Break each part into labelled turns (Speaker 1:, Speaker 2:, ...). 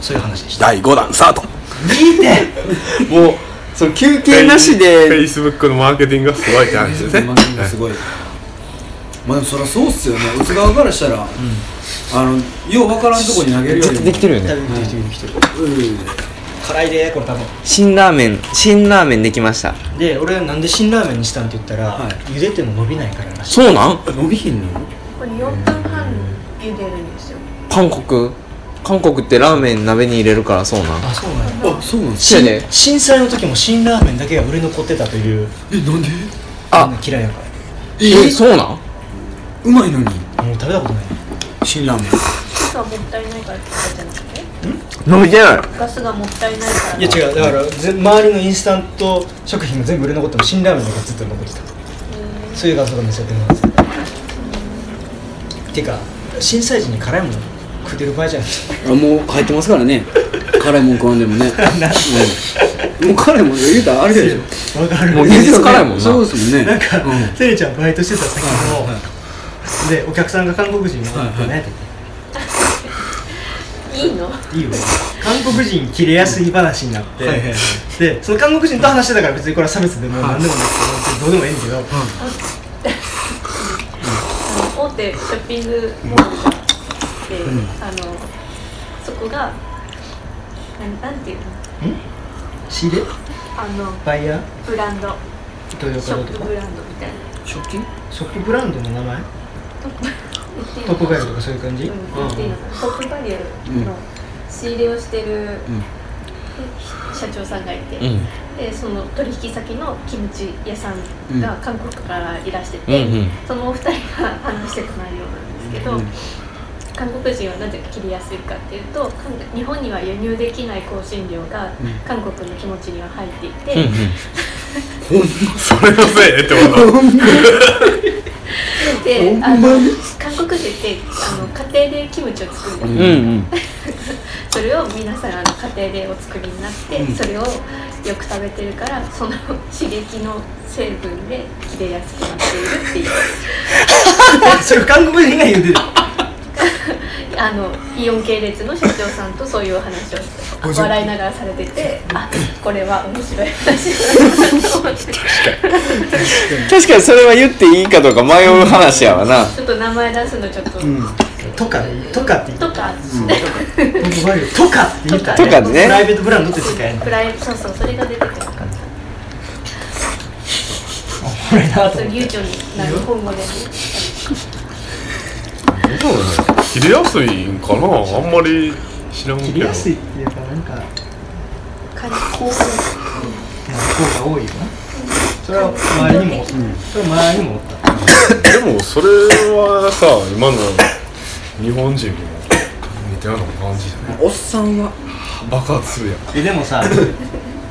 Speaker 1: そういう話でした
Speaker 2: 第5弾スタート
Speaker 1: いいね
Speaker 3: もうその休憩なし
Speaker 4: フェ
Speaker 3: で
Speaker 4: イスブックのマーケティングがすごいって話ですね
Speaker 1: マジですごいまあでもそりゃそうっすよね打つ側からしたら、あのよう分からんとこに投げるよりも
Speaker 3: できてるよね
Speaker 1: 多分できてるできてるうん辛いでこれ多分
Speaker 3: 辛ラーメン辛ラーメンできました
Speaker 1: で俺はなんで辛ラーメンにしたんって言ったら、
Speaker 3: はい
Speaker 1: 茹でても伸びないかららしい
Speaker 3: そうなん
Speaker 2: 伸びひんの
Speaker 5: これ4分半茹でるんですよ
Speaker 3: 韓国韓国ってラーメン鍋に入れるからそうなん
Speaker 1: あそうなんだ
Speaker 2: あそうなん
Speaker 3: そうやね
Speaker 1: 震災の時も辛ラーメンだけが売れ残ってたという
Speaker 2: えなんで
Speaker 3: あ
Speaker 1: みんな嫌いやか
Speaker 3: えそうなん
Speaker 2: うまいのに
Speaker 1: らもう食べたことない
Speaker 2: 辛ラーメン
Speaker 5: ガスがもったいないからってことじゃなくて
Speaker 3: 伸びてない
Speaker 5: ガスがもったいないから
Speaker 1: いや違うだからぜ周りのインスタント食品が全部売れ残っても辛ラーメンだけずっと残ってたそういう画像が見せてもらってたてか震災時に辛いもの食ってる場合じゃない
Speaker 6: あもう入ってますからね辛いもん食わんでもね、うん、もう辛いもん言うたらあれでし ょ
Speaker 1: わかる
Speaker 3: もう現実辛いもんな
Speaker 6: そうですもんね
Speaker 1: なんか、せりちゃんバイトしてた先の、でお客さんが韓国人の、はいねって
Speaker 5: いい
Speaker 1: 言
Speaker 5: の
Speaker 1: っていいよ韓国人切れやすい話になって、でその韓国人と話してたから別にこれは差別でも何でもないけど、どうでもいいんだけど、
Speaker 5: 大手ショッピングモールがあって、あのそこがなんなんていうの
Speaker 1: 仕入れ
Speaker 5: あの
Speaker 1: バイヤー
Speaker 5: ブランド
Speaker 1: トヨ
Speaker 5: シ
Speaker 1: タだ
Speaker 5: ョッ
Speaker 1: と
Speaker 5: プ
Speaker 1: か
Speaker 5: ブランドみたいな
Speaker 6: 食器
Speaker 1: ショップブランドの名前
Speaker 5: 言っていい
Speaker 1: ト
Speaker 5: の
Speaker 1: ップガイドとかそういう感じ、
Speaker 5: うん言っていいのかなトップバリューの仕入れをしてる社長さんがいて、
Speaker 3: うん
Speaker 5: でその取引先のキムチ屋さんが韓国からいらしてて、
Speaker 3: うんうん
Speaker 5: そのお二人が話してた内容なんですけど、韓国人はなぜ切りやすいかっていうと韓日本には輸入できない香辛料が韓国のキムチには入っていて、
Speaker 4: それのせいってこと
Speaker 5: であの韓国人ってあの家庭でキムチを作るんだけど
Speaker 3: うんうん
Speaker 5: それを皆さんあの家庭でお作りになって、それをよく食べてるからその刺激の成分で切れやすくなっているってい う
Speaker 1: それ韓国人が言うてる
Speaker 5: あのイオン系列の社長さんとそういうお話をして笑いながらされててあこれは面白い話だなと思って
Speaker 3: 確かにそれは言っていいかどうか迷う話やわな
Speaker 5: ちょっと名前出すのちょっと、
Speaker 1: とかとかって言って
Speaker 5: とか、
Speaker 1: トップバリューとかって言った
Speaker 3: とかね
Speaker 1: プライベートブランドって使えんの
Speaker 5: プライそうそうそれが出てくるから
Speaker 1: これなと
Speaker 5: そう
Speaker 1: 思って
Speaker 5: 流暢になる本語でね
Speaker 4: 切れやすいんかなあんまり知らんけ
Speaker 1: 切
Speaker 4: ど
Speaker 1: りやすいっていうかなんか
Speaker 5: 感
Speaker 1: 方が多いよなそれは周りにも、それは周りにもおった
Speaker 4: でもそれはさ今の日本人にも似たような感じじゃない
Speaker 2: おっさんは
Speaker 4: 爆発するやん
Speaker 1: えでもさ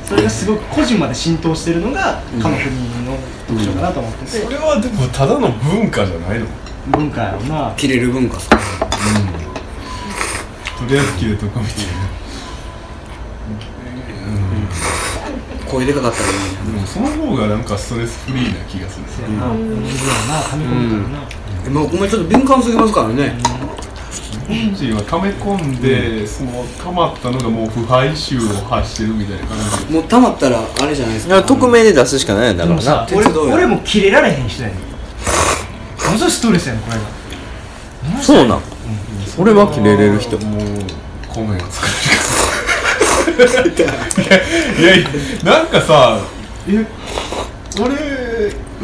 Speaker 1: それがすごく個人まで浸透してるのが韓国の特徴かなと思ってて、
Speaker 4: それはでもただの文化じゃないのと
Speaker 1: 文化やろな
Speaker 6: 切れる文化っすか
Speaker 4: りあえず切れとかみたい
Speaker 6: 声でかかったらいいね
Speaker 4: なでもその方がなんかストレスフリーな気がする
Speaker 1: そうやな同じような紙コンからな、
Speaker 6: まあお前ちょっと敏感すぎますからね
Speaker 4: 日本人は溜め込んで、その溜まったのがもう腐敗臭を発してるみたいな感じ
Speaker 6: もう溜まったらあれじゃないです
Speaker 3: いや
Speaker 6: か
Speaker 3: 匿名で出すしかないんだ
Speaker 1: で
Speaker 3: か
Speaker 1: も
Speaker 3: ら
Speaker 1: さ
Speaker 3: な
Speaker 1: 俺
Speaker 6: 鉄道や
Speaker 1: 俺もキレられへん人やねんものすごいストレスやねんこれが
Speaker 3: そうなん俺は切れれる人
Speaker 4: もう米を作るからいやいやなんかさえ俺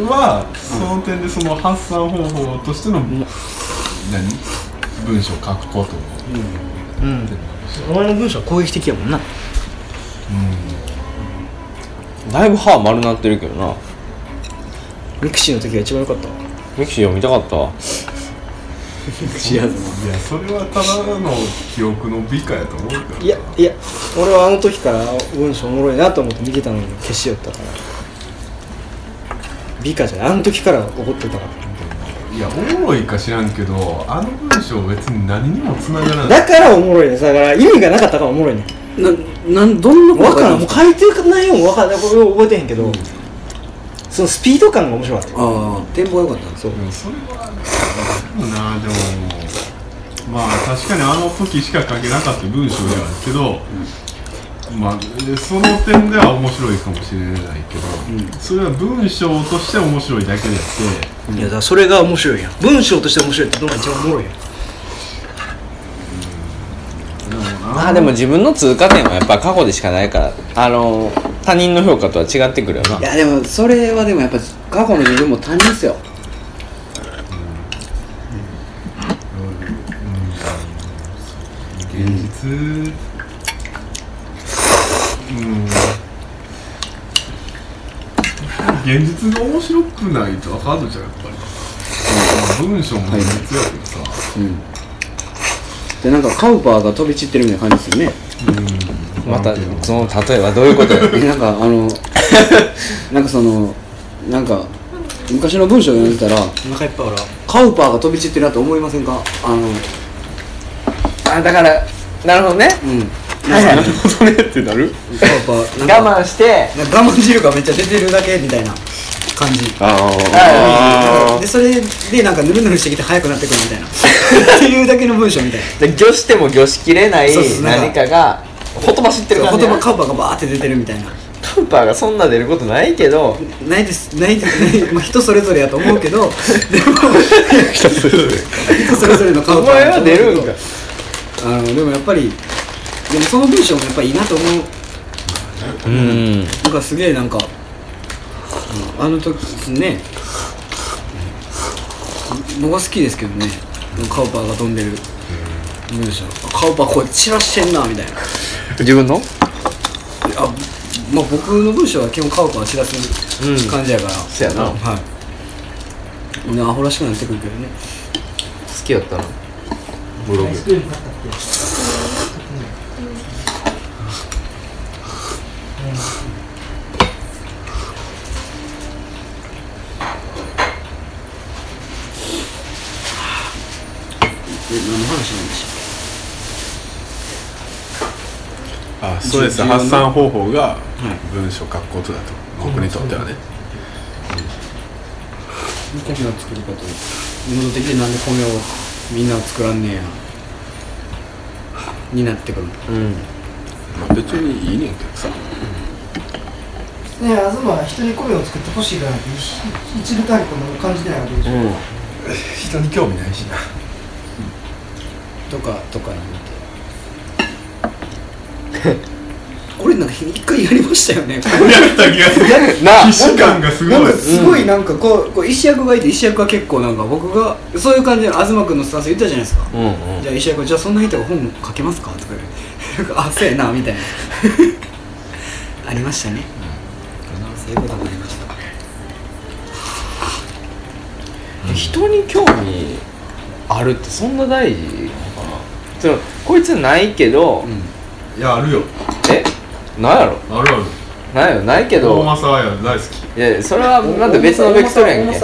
Speaker 4: はその点でその発散方法としての、何文章を書くことも
Speaker 1: うんお前の文章は攻撃的やもんな
Speaker 3: だいぶ歯丸なってるけどな
Speaker 1: ミクシーの時が一番良かったわ
Speaker 3: ミキシー読みたかったわ
Speaker 4: いやそれはただの記憶の美化やと思うから
Speaker 1: いやいや俺はあの時から文章おもろいなと思って見てたのに消しよったから美化じゃないあの時から怒ってたから
Speaker 4: いやおもろいか知らんけどあの文章別に何にもつながらない
Speaker 1: だからおもろいねだから意味がなかったからおもろいね
Speaker 6: ななんどんな
Speaker 1: 分
Speaker 6: こと
Speaker 1: からん
Speaker 6: あ
Speaker 1: もう書いてる内容も分からんこれ覚えてへんけど、そのスピード感が面白かった
Speaker 6: あーテンポが良かったんですよ
Speaker 4: でもそれはなでもまあ確かにあの時しか書けなかった文章ではあるけど、まあえその点では面白いかもしれないけど、それは文章として面白いだけであって
Speaker 1: いやだからそれが面白いやん文章として面白いってのが一番おもろいやん
Speaker 3: まあでも自分の通過点はやっぱ過去でしかないからあの他人の評価とは違ってくるよない
Speaker 6: やでもそれはでもやっぱ過去の自分も他人ですよ
Speaker 4: 現実うん現実が面白くないとあかんのじゃんやっぱり、まあ文章も現実やけどさ、
Speaker 6: でなんかカウパーが飛び散ってるみたいな感じですよね
Speaker 3: またその例えばどういうことよ
Speaker 6: なんかあの なんかそのなんか昔の文章を読んでたら
Speaker 1: お腹いっぱいおら
Speaker 6: カウパーが飛び散ってるなと思いませんかあの
Speaker 3: あだからなるほどね
Speaker 6: うん
Speaker 3: なるほどねってなる
Speaker 6: カウパーなんか
Speaker 3: 我慢して
Speaker 6: なんか我慢汁がめっちゃ出てるだけみたいな感じ
Speaker 3: あ
Speaker 6: でそれでなんかぬるぬるしてきて速くなってくるみたいなっていうだけの文章みたいな
Speaker 3: で魚しても魚しきれない
Speaker 6: そうそう
Speaker 3: 何かがほとばしってる
Speaker 6: 言
Speaker 3: 感じ
Speaker 6: 葉カウパーがバーって出てるみたいな
Speaker 3: カウパーがそんな出ることないけど
Speaker 6: ないですないですない、まあ、人それぞれやと思う けどでも人それぞれのカ
Speaker 3: お
Speaker 6: ウパー
Speaker 3: 前
Speaker 6: やと
Speaker 3: は
Speaker 6: 思うけ
Speaker 3: 出
Speaker 6: ど
Speaker 3: るんか
Speaker 6: あのでもやっぱりでもその文章もやっぱりいいなと思
Speaker 3: う
Speaker 6: う
Speaker 3: ん
Speaker 6: なんかすげえなんかあのあの時ね僕は好きですけどねカウパーが飛んでる文章カウパーこう散らしてんなみたいな
Speaker 3: 自分の
Speaker 6: あまあ僕の文章は基本カウパー散らす感じやから、
Speaker 3: そやな好
Speaker 6: はいねアホらしくなってくるけどね
Speaker 3: きやったな
Speaker 4: ブログ
Speaker 6: え何の話なんでし
Speaker 4: あストレス発散方法が文章書くことだと、僕にとってはね、
Speaker 6: ょうの作り方能動的でなんで米をみんなは作らんねえやになってくる
Speaker 4: まあ、別にいいねんけどさ
Speaker 7: ねえ東は人に米を作ってほしいからって一一部たりとも感じてないわけでしょ、
Speaker 4: 人に興味ないし な
Speaker 6: とかとかに見て これなんか一回やりましたよね
Speaker 4: やった気がする
Speaker 3: なあ
Speaker 4: 既視感がすごい
Speaker 6: なんかすごいなんかこうこう石役がいて石役が結構なんか僕がそういう感じの東君のスタンス言ったじゃないですか、じゃあ石役じゃあそんな人が本書けますかとか言う あそうやなみたいなありましたね、そういうこともありました
Speaker 3: 人に興味あるってそんな大事なのかなそのこいつないけど、
Speaker 4: いやあるよ
Speaker 3: えなんやろ
Speaker 4: あるある
Speaker 3: なんやろないけ
Speaker 4: 大
Speaker 3: ど
Speaker 4: 政や大好き
Speaker 3: いやそれはまた別のベクトルやんけ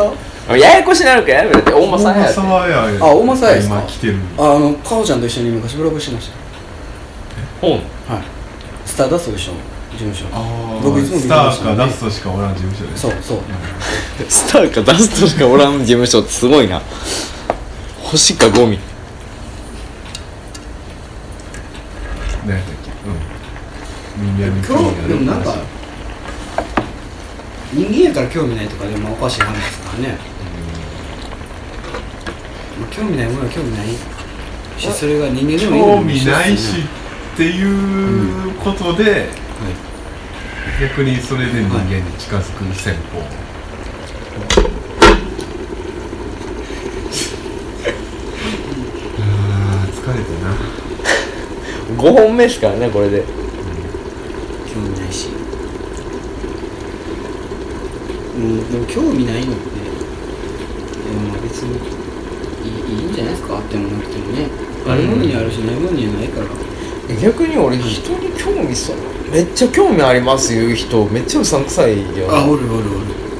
Speaker 6: あ
Speaker 3: ややこしになるからやめろって大間さんや
Speaker 4: 大
Speaker 3: って
Speaker 4: 政や
Speaker 6: あ大政やですか
Speaker 4: 今来てる
Speaker 6: あのかほちゃんと一緒に昔ブログしてました
Speaker 3: ほん
Speaker 6: スターダストでしょ事務所
Speaker 4: あ
Speaker 6: 僕いつも見
Speaker 4: ス
Speaker 6: て
Speaker 4: タ
Speaker 6: ました
Speaker 4: ーかラストしかおらん事務所で
Speaker 6: そうそう
Speaker 3: スターかダストしかおらん事務所ってすごいな星かゴミ
Speaker 4: 何やったっけうん人間に
Speaker 6: 今
Speaker 4: 興味あ
Speaker 6: 日
Speaker 4: る
Speaker 6: でもなんか人間やから興味ないとかでもおかしい話ですからね、まあ興味ないものは興味ないしそれが人間でもいいの
Speaker 4: 興
Speaker 6: も
Speaker 4: 味
Speaker 6: 一緒
Speaker 4: ない
Speaker 6: です
Speaker 4: し
Speaker 6: よね
Speaker 4: っていうことで、逆にそれで人間に近づく戦法、あー疲れてな
Speaker 3: 5本目ですからねこれで
Speaker 6: 興味ないしうんでも興味ないのってでもまあ別にいいいいんじゃないですかあってもなくてもねあるものにあるしないものにはないから
Speaker 3: 逆に俺人に興味そめっちゃ興味ありますいう人めっちゃうさんくさいよ
Speaker 6: あおるおる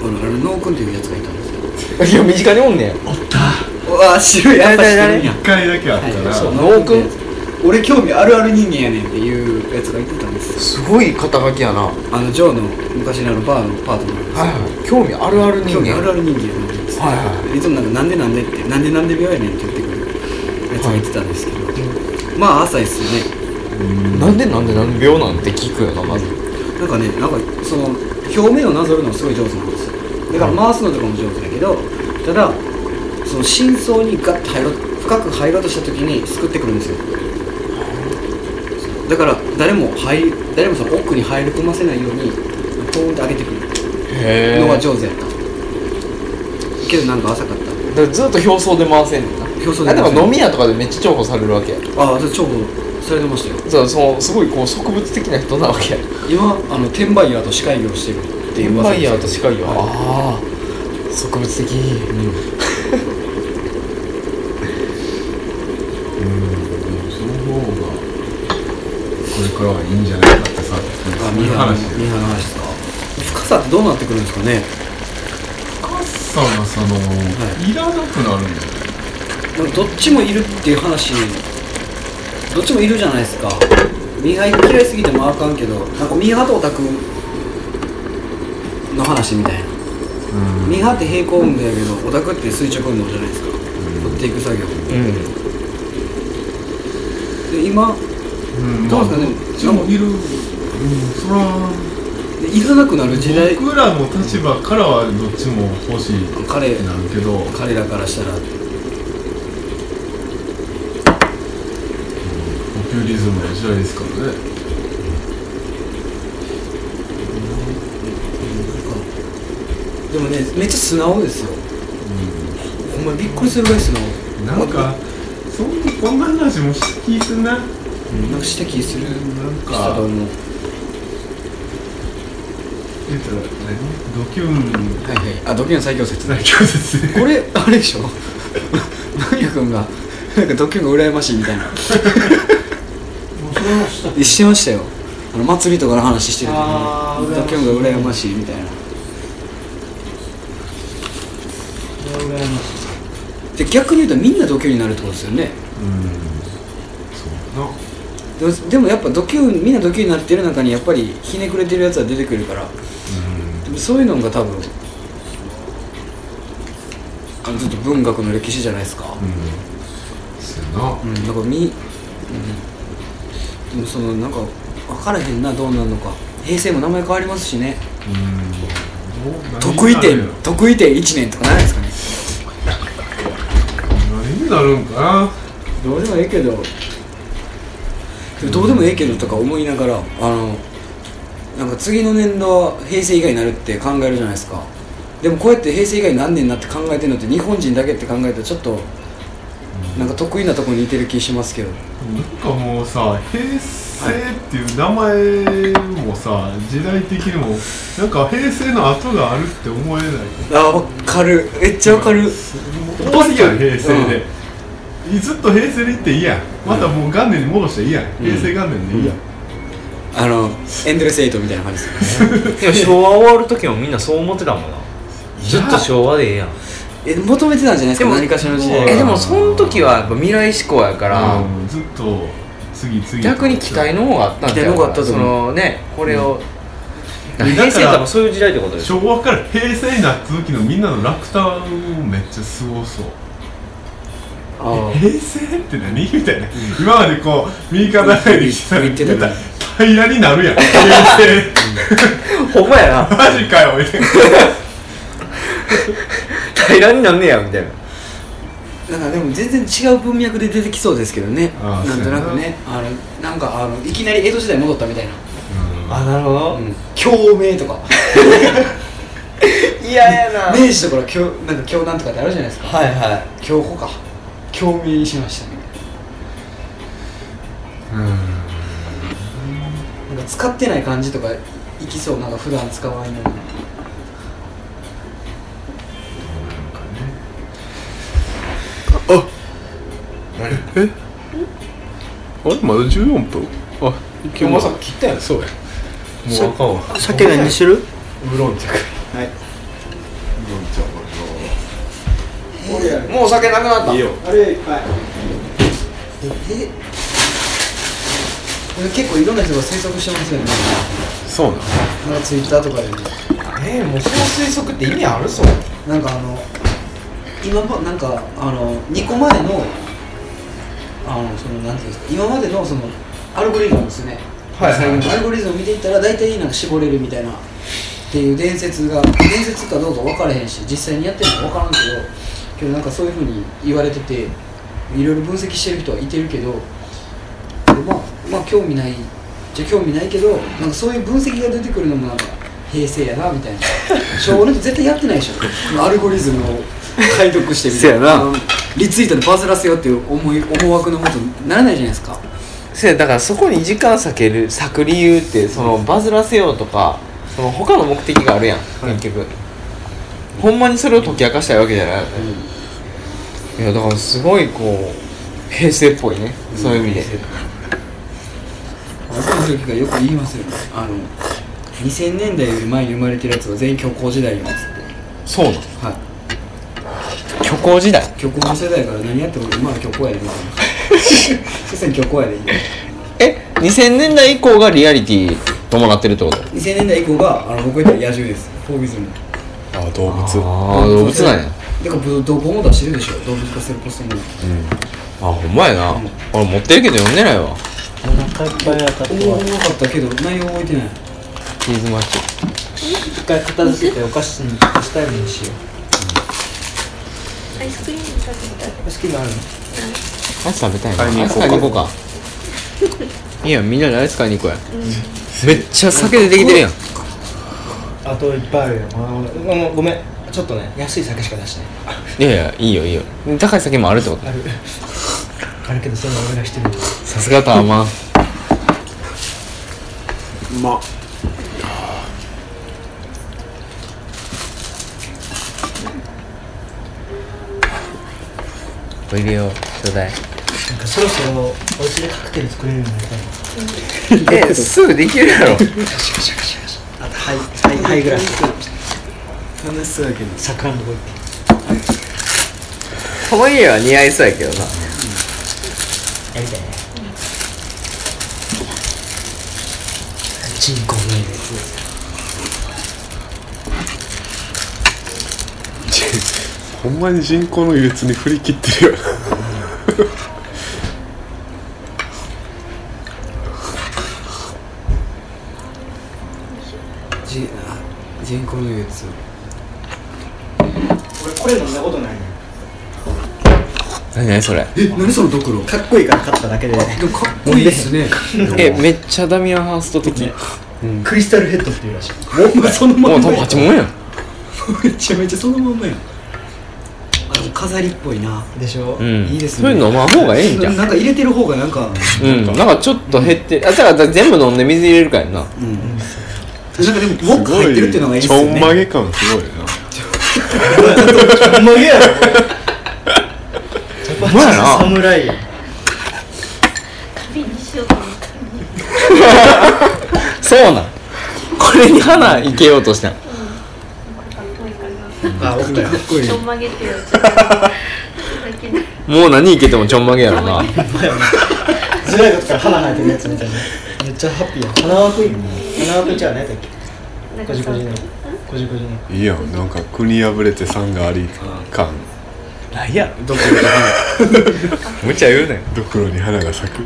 Speaker 6: おるおるあれノー君というやつがいたんですよ
Speaker 3: いや身近におんねん
Speaker 6: うわ白いやっぱ知ってるんや
Speaker 4: 一回だけあったら、
Speaker 6: そう
Speaker 3: ノー君
Speaker 6: ノー君俺興味あるある人間やねんっていうやつが言ってたんですよ
Speaker 3: すごい肩書きやなは
Speaker 6: あのジョーの昔のあのバーのパートナーです
Speaker 3: い興味あるある人
Speaker 6: 興味
Speaker 3: 間
Speaker 6: あるある人間やねんって言ってたいつもなんかなんでなんでってなんでなんで病やねんって言ってくるやつも言ってたんですけど、まあ浅いっすよね
Speaker 3: なんでなんで何秒なんて聞くよなまず
Speaker 6: なんかねなんかその表面をなぞるのがすごい上手なんですよだから回すのとかも上手だけどただその真相にガッと入ろう深く入ろうとした時にすくってくるんですよだから誰も入り誰もその奥に入り込ませないようにポーンって上げてくる
Speaker 3: へ
Speaker 6: のが
Speaker 3: え
Speaker 6: 上手やった、けどなんか浅かった
Speaker 3: ずっと表層で回せんねんな
Speaker 6: 表層で
Speaker 3: あ
Speaker 6: 回せん
Speaker 3: でも飲み屋とかでめっちゃ重宝されるわけや
Speaker 6: ああじゃあ重宝されてましたよ
Speaker 3: そうそのすごいこう植物的な人なわけや
Speaker 6: 今あの転売ヤーと司会業をしてるって
Speaker 3: エ
Speaker 6: いう
Speaker 3: ン
Speaker 6: 噂
Speaker 3: パ
Speaker 6: です
Speaker 3: イヤーと近いよああ植物的
Speaker 4: その方がこれからはいいんじゃないかってさ
Speaker 6: あ
Speaker 4: そう
Speaker 6: ミ
Speaker 4: いう
Speaker 6: ハの
Speaker 4: 話
Speaker 6: ミハの話ですか深さってどうなってくるんですかね
Speaker 4: 深さがその、い、らなくなるんだよ
Speaker 6: なんかどっちもいるっていう話どっちもいるじゃないですかミハ嫌いすぎてもあかんけどなんかミハとオタクの話みたいなミハって平行運動やけどオタクって垂直運動じゃないですか取っていく作業
Speaker 3: うん
Speaker 6: で今
Speaker 4: うん
Speaker 6: どうですか
Speaker 4: まあどっち
Speaker 6: ね
Speaker 4: もいるうんそら
Speaker 6: でいらなくなる時代
Speaker 4: 僕らの立場からはどっちも欲しいって
Speaker 6: 彼
Speaker 4: なるけど
Speaker 6: 彼らからしたら
Speaker 4: ポピュリズムの時代ですからね
Speaker 6: でもねめっちゃ素直ですよお前びっくりするぐらい素直
Speaker 4: なんかそんなこんな話も聞いてない
Speaker 6: なんか指摘する
Speaker 4: なん
Speaker 6: 人だ
Speaker 4: か
Speaker 6: と思う
Speaker 4: 言ったら何ドキュン
Speaker 6: はいはいあドキュン最強説
Speaker 4: 大教説
Speaker 6: これあれでしょマリア君がなんかドキュンが羨ましいみたいな
Speaker 7: もうそれもした
Speaker 6: してましたよあの祭りとかの話してる時
Speaker 7: あー
Speaker 6: にドキュンが羨ましいみたいな
Speaker 7: 羨ましい
Speaker 6: で逆に言うとみんなドキュンになるってことですよね
Speaker 4: うんそうな
Speaker 6: でもでもやっぱドキュンみんなドキュンになってる中にやっぱりひねくれてるやつは出てくるからそういうのが多分あのちょっと文学の歴史じゃないですか、
Speaker 4: うんそうやな
Speaker 6: うん、なんかみ、でもそのなんか分からへんなどうなるのか平成も名前変わりますしね
Speaker 4: うん
Speaker 6: 得意点得意点1年とかないですかね
Speaker 4: 何になるんか
Speaker 6: どうでもええけどでもどうでもええけどとか思いながらあのなんか次の年度は平成以外になるって考えるじゃないですかでもこうやって平成以外に何年になって考えてるのって日本人だけって考えたらちょっとなんか得意なとこに似てる気しますけど
Speaker 4: ななんかもうさ平成っていう名前もさ時代的にもなんか平成の後があるって思えない
Speaker 6: あ分かるめっちゃ分かる
Speaker 4: 終わりやん平成で、ずっと平成でいっていいやんまたもう元年に戻していいやん、平成元年でいいやん、
Speaker 6: あのエンドレスエイトみたいな感じです
Speaker 8: いや昭和終わる時もみんなそう思ってたもんなずっと昭和でええやん
Speaker 6: え求めてたんじゃないですか何かしらの時代
Speaker 3: えでもその時はやっぱ未来志向やから、
Speaker 4: うんずっと次々と
Speaker 3: 逆に期待の方があったんじゃない
Speaker 6: 期待の方があったと
Speaker 3: そ
Speaker 6: 思う
Speaker 3: のねこれを、
Speaker 8: だから平成多分そういう時代ってことでしょ
Speaker 4: 昭和から平成になった時のみんなの落胆をめっちゃすごそう
Speaker 6: あ
Speaker 4: 平成って何みたいな、今までこう右肩上がりにしてたの
Speaker 6: 言ってたね
Speaker 4: 平らになるやん平成
Speaker 8: ほんまやな
Speaker 4: マジかよみたいな
Speaker 8: 平らになんねやみたいな
Speaker 6: あなんかでも全然違う文脈で出てきそうですけどね
Speaker 4: あー
Speaker 6: なんとなくねあのなんかあのいきなり江戸時代戻ったみたいな
Speaker 8: あなるほど
Speaker 6: 共鳴とか
Speaker 3: 嫌ややな
Speaker 6: 明治とかの共なんか共難とかってあるじゃないですか
Speaker 3: はいは
Speaker 6: 共歩か共鳴にしましたねなんか使ってない感じとかいきそうなんか普段使わないのに
Speaker 4: あれまだ14分あいけまさか切ったやんそうやもう赤を
Speaker 7: 酒何してる
Speaker 4: ウーロン茶か
Speaker 7: はい
Speaker 4: ウーロン茶か
Speaker 3: いもうお酒なくなった
Speaker 4: いいよ
Speaker 7: あれいっぱい
Speaker 6: これ結構いろんな人が生息してますよね
Speaker 4: そうなの
Speaker 6: なんかツイッターとかでね
Speaker 3: えー、もうその推測って意味あるぞ
Speaker 6: なんかあの今もなんかあの2個前のあのそのなんていうんですか今までのそのアルゴリズムですね、
Speaker 4: はい
Speaker 6: 最後のアルゴリズムを見ていったら大体なんか絞れるみたいなっていう伝説が伝説かどうか分からへんし実際にやってるのか分からんけどけどなんかそういうふうに言われてていろいろ分析してる人はいてるけどけどまあまあ興味ないじゃ興味ないけどなんかそういう分析が出てくるのもなんか平成やなみた いな昭和の人絶対やってないでしょアルゴリズムを解読してみたい
Speaker 3: せやな
Speaker 6: あのリツイートでバズらせようっていう思い思惑のもとにならないじゃないですか
Speaker 3: せやだからそこに時間割ける割く理由ってそのバズらせようとかその他の目的があるやん、結局ほんまにそれを解き明かしたいわけじゃないよね、いやだからすごいこう平成っぽいね、そういう意味で
Speaker 6: 若い時がよく言いますよねあの2000年代より前に生まれてるやつは全員虚構時代よっつって
Speaker 3: そうなの
Speaker 6: はい
Speaker 3: 虚構時代
Speaker 6: 虚構の世代から何やっても今は虚構やで みたいな所詮虚構やでみたいな
Speaker 3: え2000年代以降がリアリティ伴ってるってこと
Speaker 6: 2000年代以降があの僕言ったら野獣ですフォービズム
Speaker 2: あ動物
Speaker 3: ああ動物なんや
Speaker 6: だからぶどこも出してるでしょ動物化するポストも
Speaker 3: あほんまやな俺持ってるけど読んでないわ
Speaker 1: 腹いっぱいやった
Speaker 6: おもろかったけど内容覚えてない
Speaker 3: チーズマッチ
Speaker 1: 一回片付けてお菓子にお菓子タイムにしよ
Speaker 5: アイスクリーム食べたいう
Speaker 1: 好きなのある
Speaker 3: アイス食べたいなアイス買いに行こうかいいやみんなでアイス買いに行こうや、めっちゃ酒出てきてるやん
Speaker 1: のあといっぱいあるよあもうごめんちょっとね安い酒しか出してない
Speaker 3: いやいやいいよいいよ高い酒もあるってこと
Speaker 1: あるあるけどそんな俺がしてる
Speaker 3: さすがタワマン
Speaker 2: まあ
Speaker 3: おいでよちょうだい
Speaker 1: なんかそろそろお家でカクテル作れるようになりたいな
Speaker 3: えすぐできるやろ
Speaker 1: あとハイハイハイグラス楽しそうやけど桜のとこ行って
Speaker 3: この家は似合いそうやけどな
Speaker 1: やりたいね人口ないで
Speaker 4: ほんまに人口の優越に振り切ってるよ
Speaker 6: じあ人口のやつ
Speaker 1: 俺これ飲んだことないね
Speaker 3: 何何それ
Speaker 6: え何そのドクロ
Speaker 1: かっこいいから買っただけで
Speaker 6: でもかっこいいですね
Speaker 3: えめっちゃダミアンハースト的
Speaker 1: クリスタルヘッドっていうらしい
Speaker 6: もうそのま
Speaker 3: もう多
Speaker 6: んま
Speaker 3: 分
Speaker 6: や
Speaker 3: 8問やん
Speaker 6: めちゃめちゃそのまんまやんあでも飾りっぽいな
Speaker 1: でしょ、
Speaker 3: うん
Speaker 6: いいですね
Speaker 3: そういうの飲まん方がええんじゃん
Speaker 6: なんか入れてる方がなんか
Speaker 3: うんなんかちょっと減ってるあだから全部飲んで水入れるからやんな
Speaker 6: うんなんかでもウォッカ入ってるっていうのがいいですよね
Speaker 4: ちょんまげ感すごいな
Speaker 1: うまげやろ
Speaker 3: ほんまや な
Speaker 1: 侍や
Speaker 5: 紙 にしようと思ったのに
Speaker 3: そうなんこれに花いけようとしたん
Speaker 5: これかっこいいか
Speaker 1: あ、おったよ
Speaker 5: なちょんまげって言われちゃった最近
Speaker 3: もう何いけてもちょんまげやろな
Speaker 1: ずらいことから花生えてるやつみたいなめっちゃハッピーや花輪くい花輪くいちゃうねだっけ
Speaker 5: なん
Speaker 1: こ
Speaker 5: か
Speaker 1: じこ
Speaker 5: さ
Speaker 1: じのこじこじの
Speaker 4: いいやんなんか国破れて山があり感
Speaker 1: ないや
Speaker 6: どこか
Speaker 3: 無茶言うなよ
Speaker 4: ドクロに花が咲く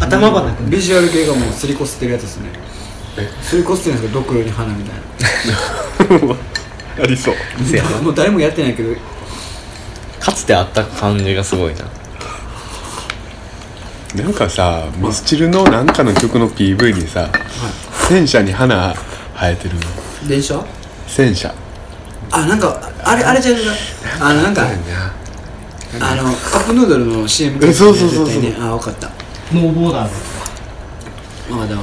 Speaker 1: 頭がなくなる
Speaker 6: ビジュアル系がもうすりこすってるやつですねすりこすってるんですけどドクロに花みたい
Speaker 4: ありそう
Speaker 6: なもう誰もやってないけど
Speaker 3: かつてあった感じがすごいな
Speaker 4: なんかさミスチルのなんかの曲の PV にさ、戦車に花生えてるの
Speaker 6: 電車
Speaker 4: 戦車
Speaker 6: あなんかあれあれじゃないあのなんかあのカップヌードルの CM
Speaker 4: えそうそうそうそう
Speaker 6: 絶対ねあ分かった
Speaker 1: ノーボーダーで
Speaker 6: 分かった分かっ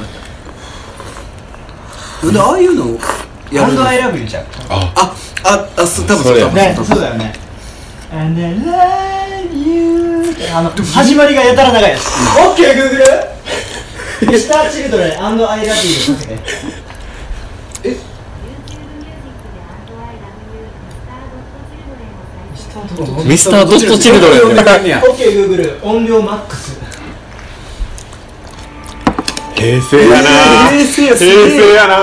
Speaker 6: たでああいうのをやる
Speaker 1: 本
Speaker 6: の
Speaker 1: 当
Speaker 6: あ
Speaker 1: アイラブユーじゃん
Speaker 6: あああそう多分
Speaker 4: それや
Speaker 6: 多分
Speaker 1: ね
Speaker 6: 多分
Speaker 1: そうだよね And I love you ってあの始まりがやたら長いやつ OKGoogle スターチルドレン and I love you かけてスタート
Speaker 3: ミスター・ドット・チルドレンだよ
Speaker 6: たんねや
Speaker 1: OKGoogle 音量マックス
Speaker 4: 平成やな
Speaker 6: 平成やす
Speaker 4: 平
Speaker 6: げ
Speaker 4: 成
Speaker 6: え
Speaker 4: やな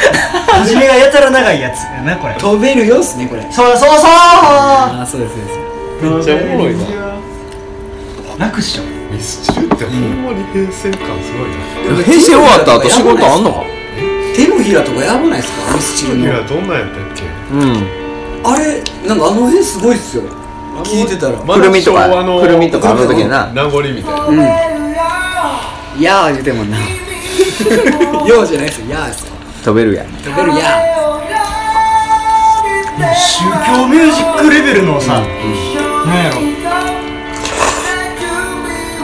Speaker 1: 始めがやたら長いやつやなこれ
Speaker 6: 飛べるよっすねこれ
Speaker 1: そうそうそう
Speaker 6: ああそうですそうです
Speaker 3: めっちゃおもろいな
Speaker 1: 楽っしょ
Speaker 2: ミスチルってほんまに平成感すごいな
Speaker 3: 平成終わった後仕事あんのか
Speaker 6: 手のひらとかやばないですかミスチル
Speaker 2: いや
Speaker 6: の
Speaker 2: どんなんやったっけ
Speaker 3: うん
Speaker 6: あれなんかあの辺すごいっすよ聞いてたら
Speaker 2: ま
Speaker 3: く
Speaker 2: だ
Speaker 3: るみと
Speaker 2: 昭和
Speaker 3: か
Speaker 2: の
Speaker 3: くるみとかあの時にな
Speaker 2: 名残みたいな
Speaker 6: 「やー」言うてんもん な「よー」じゃないっすよ「やー」ですよ
Speaker 3: 飛べるやん
Speaker 6: 食べるや
Speaker 1: 宗教ミュージックレベルのさ、なんやろ
Speaker 6: ー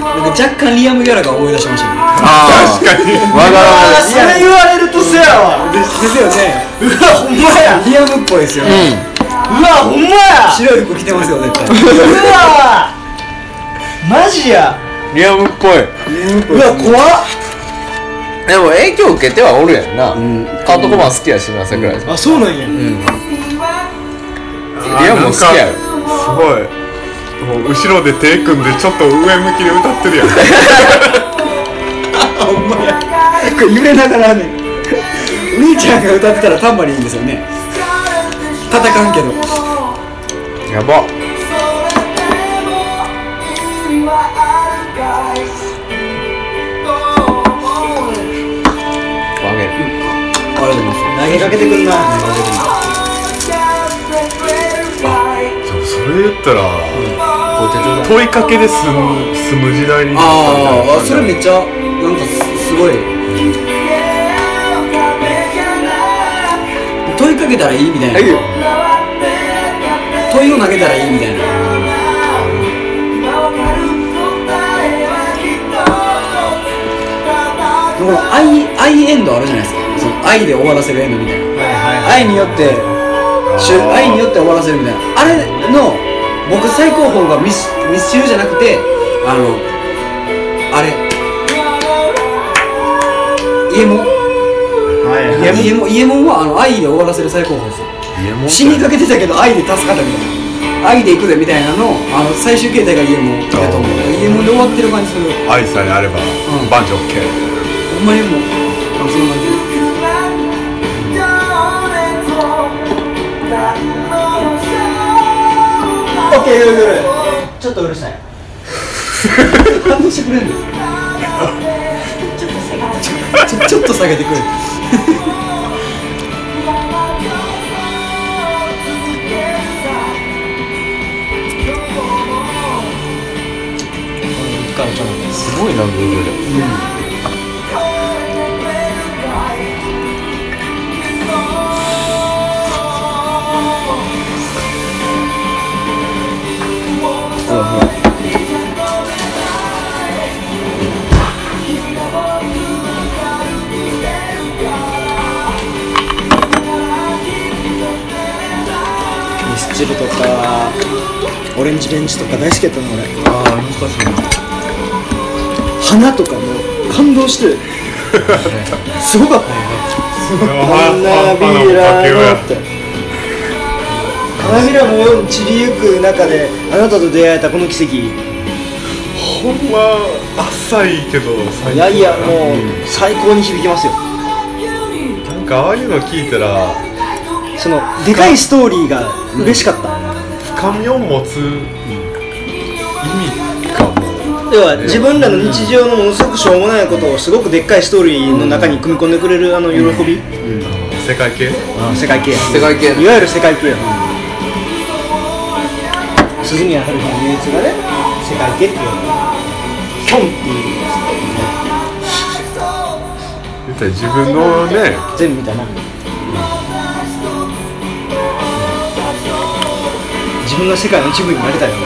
Speaker 6: なんか若干リアム・ギャラが思い出しましたね
Speaker 3: ああ確かにわがままです
Speaker 1: それ言われるとせやわ
Speaker 6: ですよね
Speaker 1: うわほんまや
Speaker 6: リアムっぽいですよね、
Speaker 1: うわほんまや
Speaker 6: 白い服着てますよ絶対
Speaker 1: うわマジや
Speaker 3: うんリアムっぽいう
Speaker 1: わ怖っ
Speaker 3: でも影響受けてはおるやんな、
Speaker 6: ん
Speaker 3: カート・コバーン好きやしな桜井さん、
Speaker 1: あそうなんや
Speaker 3: リアムも好きやろ
Speaker 2: なんかすごいもう後ろで手組んでちょっと上向きで歌ってるやん
Speaker 6: こ れ揺れながらね兄ちゃんが歌ってたらタンバリンですよね叩かんけど
Speaker 3: やばあげる
Speaker 6: あれでも
Speaker 1: 投げかけてくんな
Speaker 2: でもそれ言ったら問いかけで済む済む時代になったみたい
Speaker 6: あ
Speaker 2: な
Speaker 6: あそれめっちゃなんかすすごい問いかけたらいいみたいな問いを投げたらいいみたいなこの愛愛エンドあるじゃないですかその愛で終わらせるエンドみたいな愛によってしゅ愛によって終わらせるみたいなあれの僕最高峰がミスミスチルじゃなくてあのあれイエモン
Speaker 1: はい
Speaker 6: イエモンイエモンはあの愛で終わらせる最高峰ですよ死にかけてたけど愛で助かったみたいな愛で行くぜみたいなのあの最終形態がイエモンだと思うイエモンで終わってる感じする
Speaker 2: 愛さえあれ
Speaker 6: ん
Speaker 2: ば万事 OK
Speaker 6: ほんまにもうあのそんな感じ
Speaker 1: オッケー夜夜ちょっとうるさい
Speaker 6: 反応してくれんのちょちょっと下げてくれ
Speaker 3: すごいなグーグル
Speaker 1: ミスチルとかオレンジベンジとか大好きやったの俺
Speaker 6: ああ難しいな
Speaker 1: 花とかも感動してすごかったよ花びらのって花びらも世に散りゆく中であなたと出会えたこの奇跡
Speaker 2: ほんま浅いけど最高
Speaker 1: いやいやもう最高に響きますよ
Speaker 2: なんかああいうの聞いたら
Speaker 1: そのでかいストーリーが嬉しかった、
Speaker 2: 深みを持つ意味がもう
Speaker 1: 要は自分らの日常のものすごくしょうもないことをすごくでっかいストーリーの中に組み込んでくれるあの喜び、
Speaker 2: 世界系
Speaker 1: あ世界系や
Speaker 3: 世界系
Speaker 1: いわゆる世界系や鈴宮春日の憂鬱がね世界系っていうのヒョンっていう
Speaker 2: 言ったら自分のね
Speaker 1: 全部みたいな自分の世界の一部になりたいよな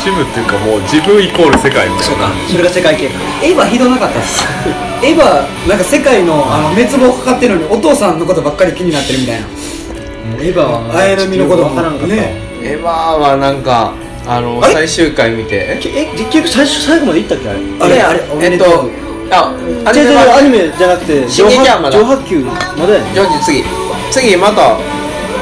Speaker 2: 一部っていうかもう自分イコール世界みたいな
Speaker 1: それが世界系か
Speaker 6: エヴァひどなかったっす エヴァなんか世界のあの滅亡かかってるのにお父さんのことばっかり気になってるみたいな
Speaker 1: エヴァは
Speaker 6: 綾波のこと
Speaker 1: わからんか
Speaker 6: も
Speaker 1: った
Speaker 6: ね
Speaker 3: エヴァはなんかあの
Speaker 1: あれ
Speaker 3: 最終回見て
Speaker 1: え結局最初最後までいったっけあれ
Speaker 6: あれあれ
Speaker 3: えっとあアニメは
Speaker 1: アニメじゃなくて
Speaker 3: 進撃はまだ
Speaker 1: 上波球まだやね
Speaker 3: ジョージ次次また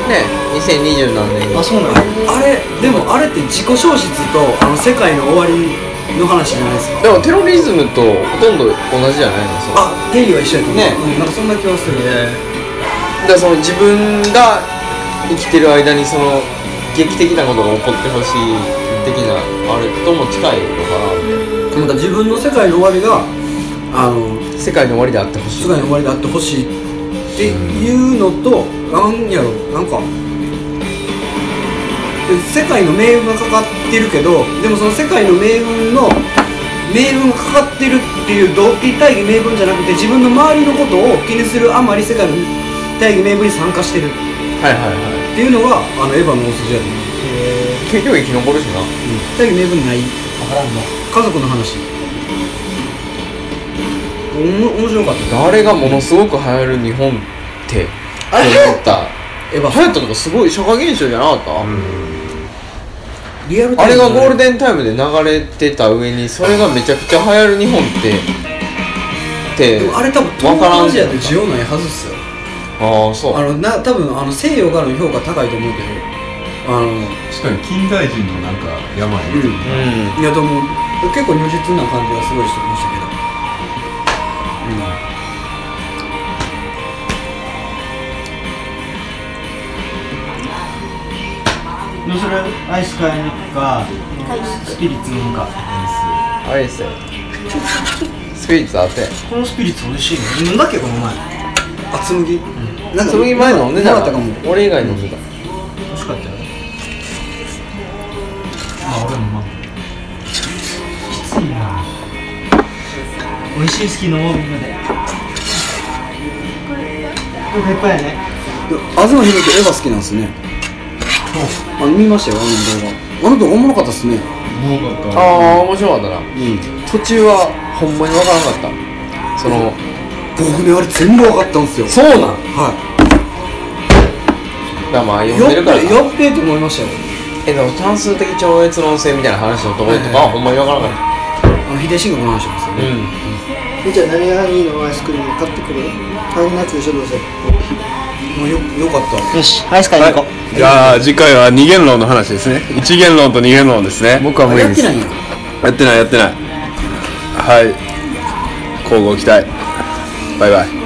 Speaker 3: ね2020何年に
Speaker 1: あそうなの
Speaker 6: あれでもあれって自己消失とあの世界の終わりの話じゃないですか
Speaker 3: でもテロリズムとほとんど同じじゃないのその
Speaker 6: あ定義は一緒やと思う、
Speaker 3: ね
Speaker 6: うん、なんかそんな気がするね
Speaker 3: だからその自分が生きてる間にその劇的なことが起こってほしい的なあれとも近いのか
Speaker 6: なんか自分の世界の終わりがあの
Speaker 3: な世界の終わりであってほしい
Speaker 6: 世界の終わりであってほしいっていうのと、なんやろなんか世界の命運がかかってるけどでもその世界の命運の命運がかかってるっていう動機大義名分じゃなくて自分の周りのことを気にするあまり世界の大義名分に参加してるっ
Speaker 3: はいはいは
Speaker 6: ていうのがあのエヴァの大筋やね
Speaker 3: い結局生き残るしな
Speaker 6: 大義名分ない
Speaker 9: からんの
Speaker 6: 家族の話おも面白かった
Speaker 3: 誰がものすごく流行る日本ってって思った
Speaker 6: エヴ
Speaker 3: 流行
Speaker 6: ァ
Speaker 3: ったとかすごい社会現象じゃなかった、
Speaker 6: リアル
Speaker 3: あれがゴール
Speaker 6: ン
Speaker 3: デンタイムで流れてた上にそれがめちゃくちゃ流行る日本ってって
Speaker 6: あれ多分東
Speaker 3: わから
Speaker 6: 南
Speaker 3: ん
Speaker 6: アジアで需要ないはずっすよ
Speaker 3: ああそう
Speaker 6: あのな多分あの西洋からの評価高いと思うけどあの
Speaker 4: 確かに近代人のなんか病みたいな
Speaker 3: うん
Speaker 6: いやでも結構如実な感じがすごいしてましたけど
Speaker 1: どうするアイス買いに行くかスピリッツ飲むか
Speaker 3: あれ ですよスピリッツあって
Speaker 1: このスピリッツ美味しいの飲んだっけこの前
Speaker 6: あつむぎなんか
Speaker 3: その日前飲んでな
Speaker 6: も
Speaker 3: から
Speaker 6: っ
Speaker 3: ったた
Speaker 6: か
Speaker 3: か
Speaker 6: も
Speaker 3: も俺以外飲んでた
Speaker 1: 美味しかったよまあ俺もまあきついな美味しい好き飲もうみんなでこれいっぱいやね
Speaker 6: 東ひろきエヴァ好きなんですねあの見ましたよあの動画あの動画おもろかったっすね
Speaker 4: 多かった
Speaker 3: ああ面白かったな
Speaker 6: うん
Speaker 3: 途中はほんまにわからなかったその
Speaker 6: 僕ねあれ全部分かったんですよ
Speaker 3: そうなんだ
Speaker 6: は
Speaker 3: からまあ
Speaker 6: い
Speaker 3: 読
Speaker 6: や
Speaker 3: ん
Speaker 6: っ
Speaker 3: でるから
Speaker 6: べ
Speaker 3: な
Speaker 6: やっべえと思いましたよ
Speaker 3: えでも単数的超越論性みたいな話のところとかはほんまにわからなかっ
Speaker 6: あの秀信吾の話ですよ
Speaker 3: た
Speaker 6: ね
Speaker 3: うん
Speaker 1: じゃあ何がいいのアイスクリーム買ってくれ買いなやつでしょどうせ
Speaker 6: もうよよかった
Speaker 1: よしアイス買いに行こう、
Speaker 10: じゃあ次回は二元論の話ですね一元論と二元論ですね僕は無理
Speaker 6: や
Speaker 10: で
Speaker 6: っ
Speaker 10: す
Speaker 6: てないんや
Speaker 10: やってないやってないはい交互期待バイバイ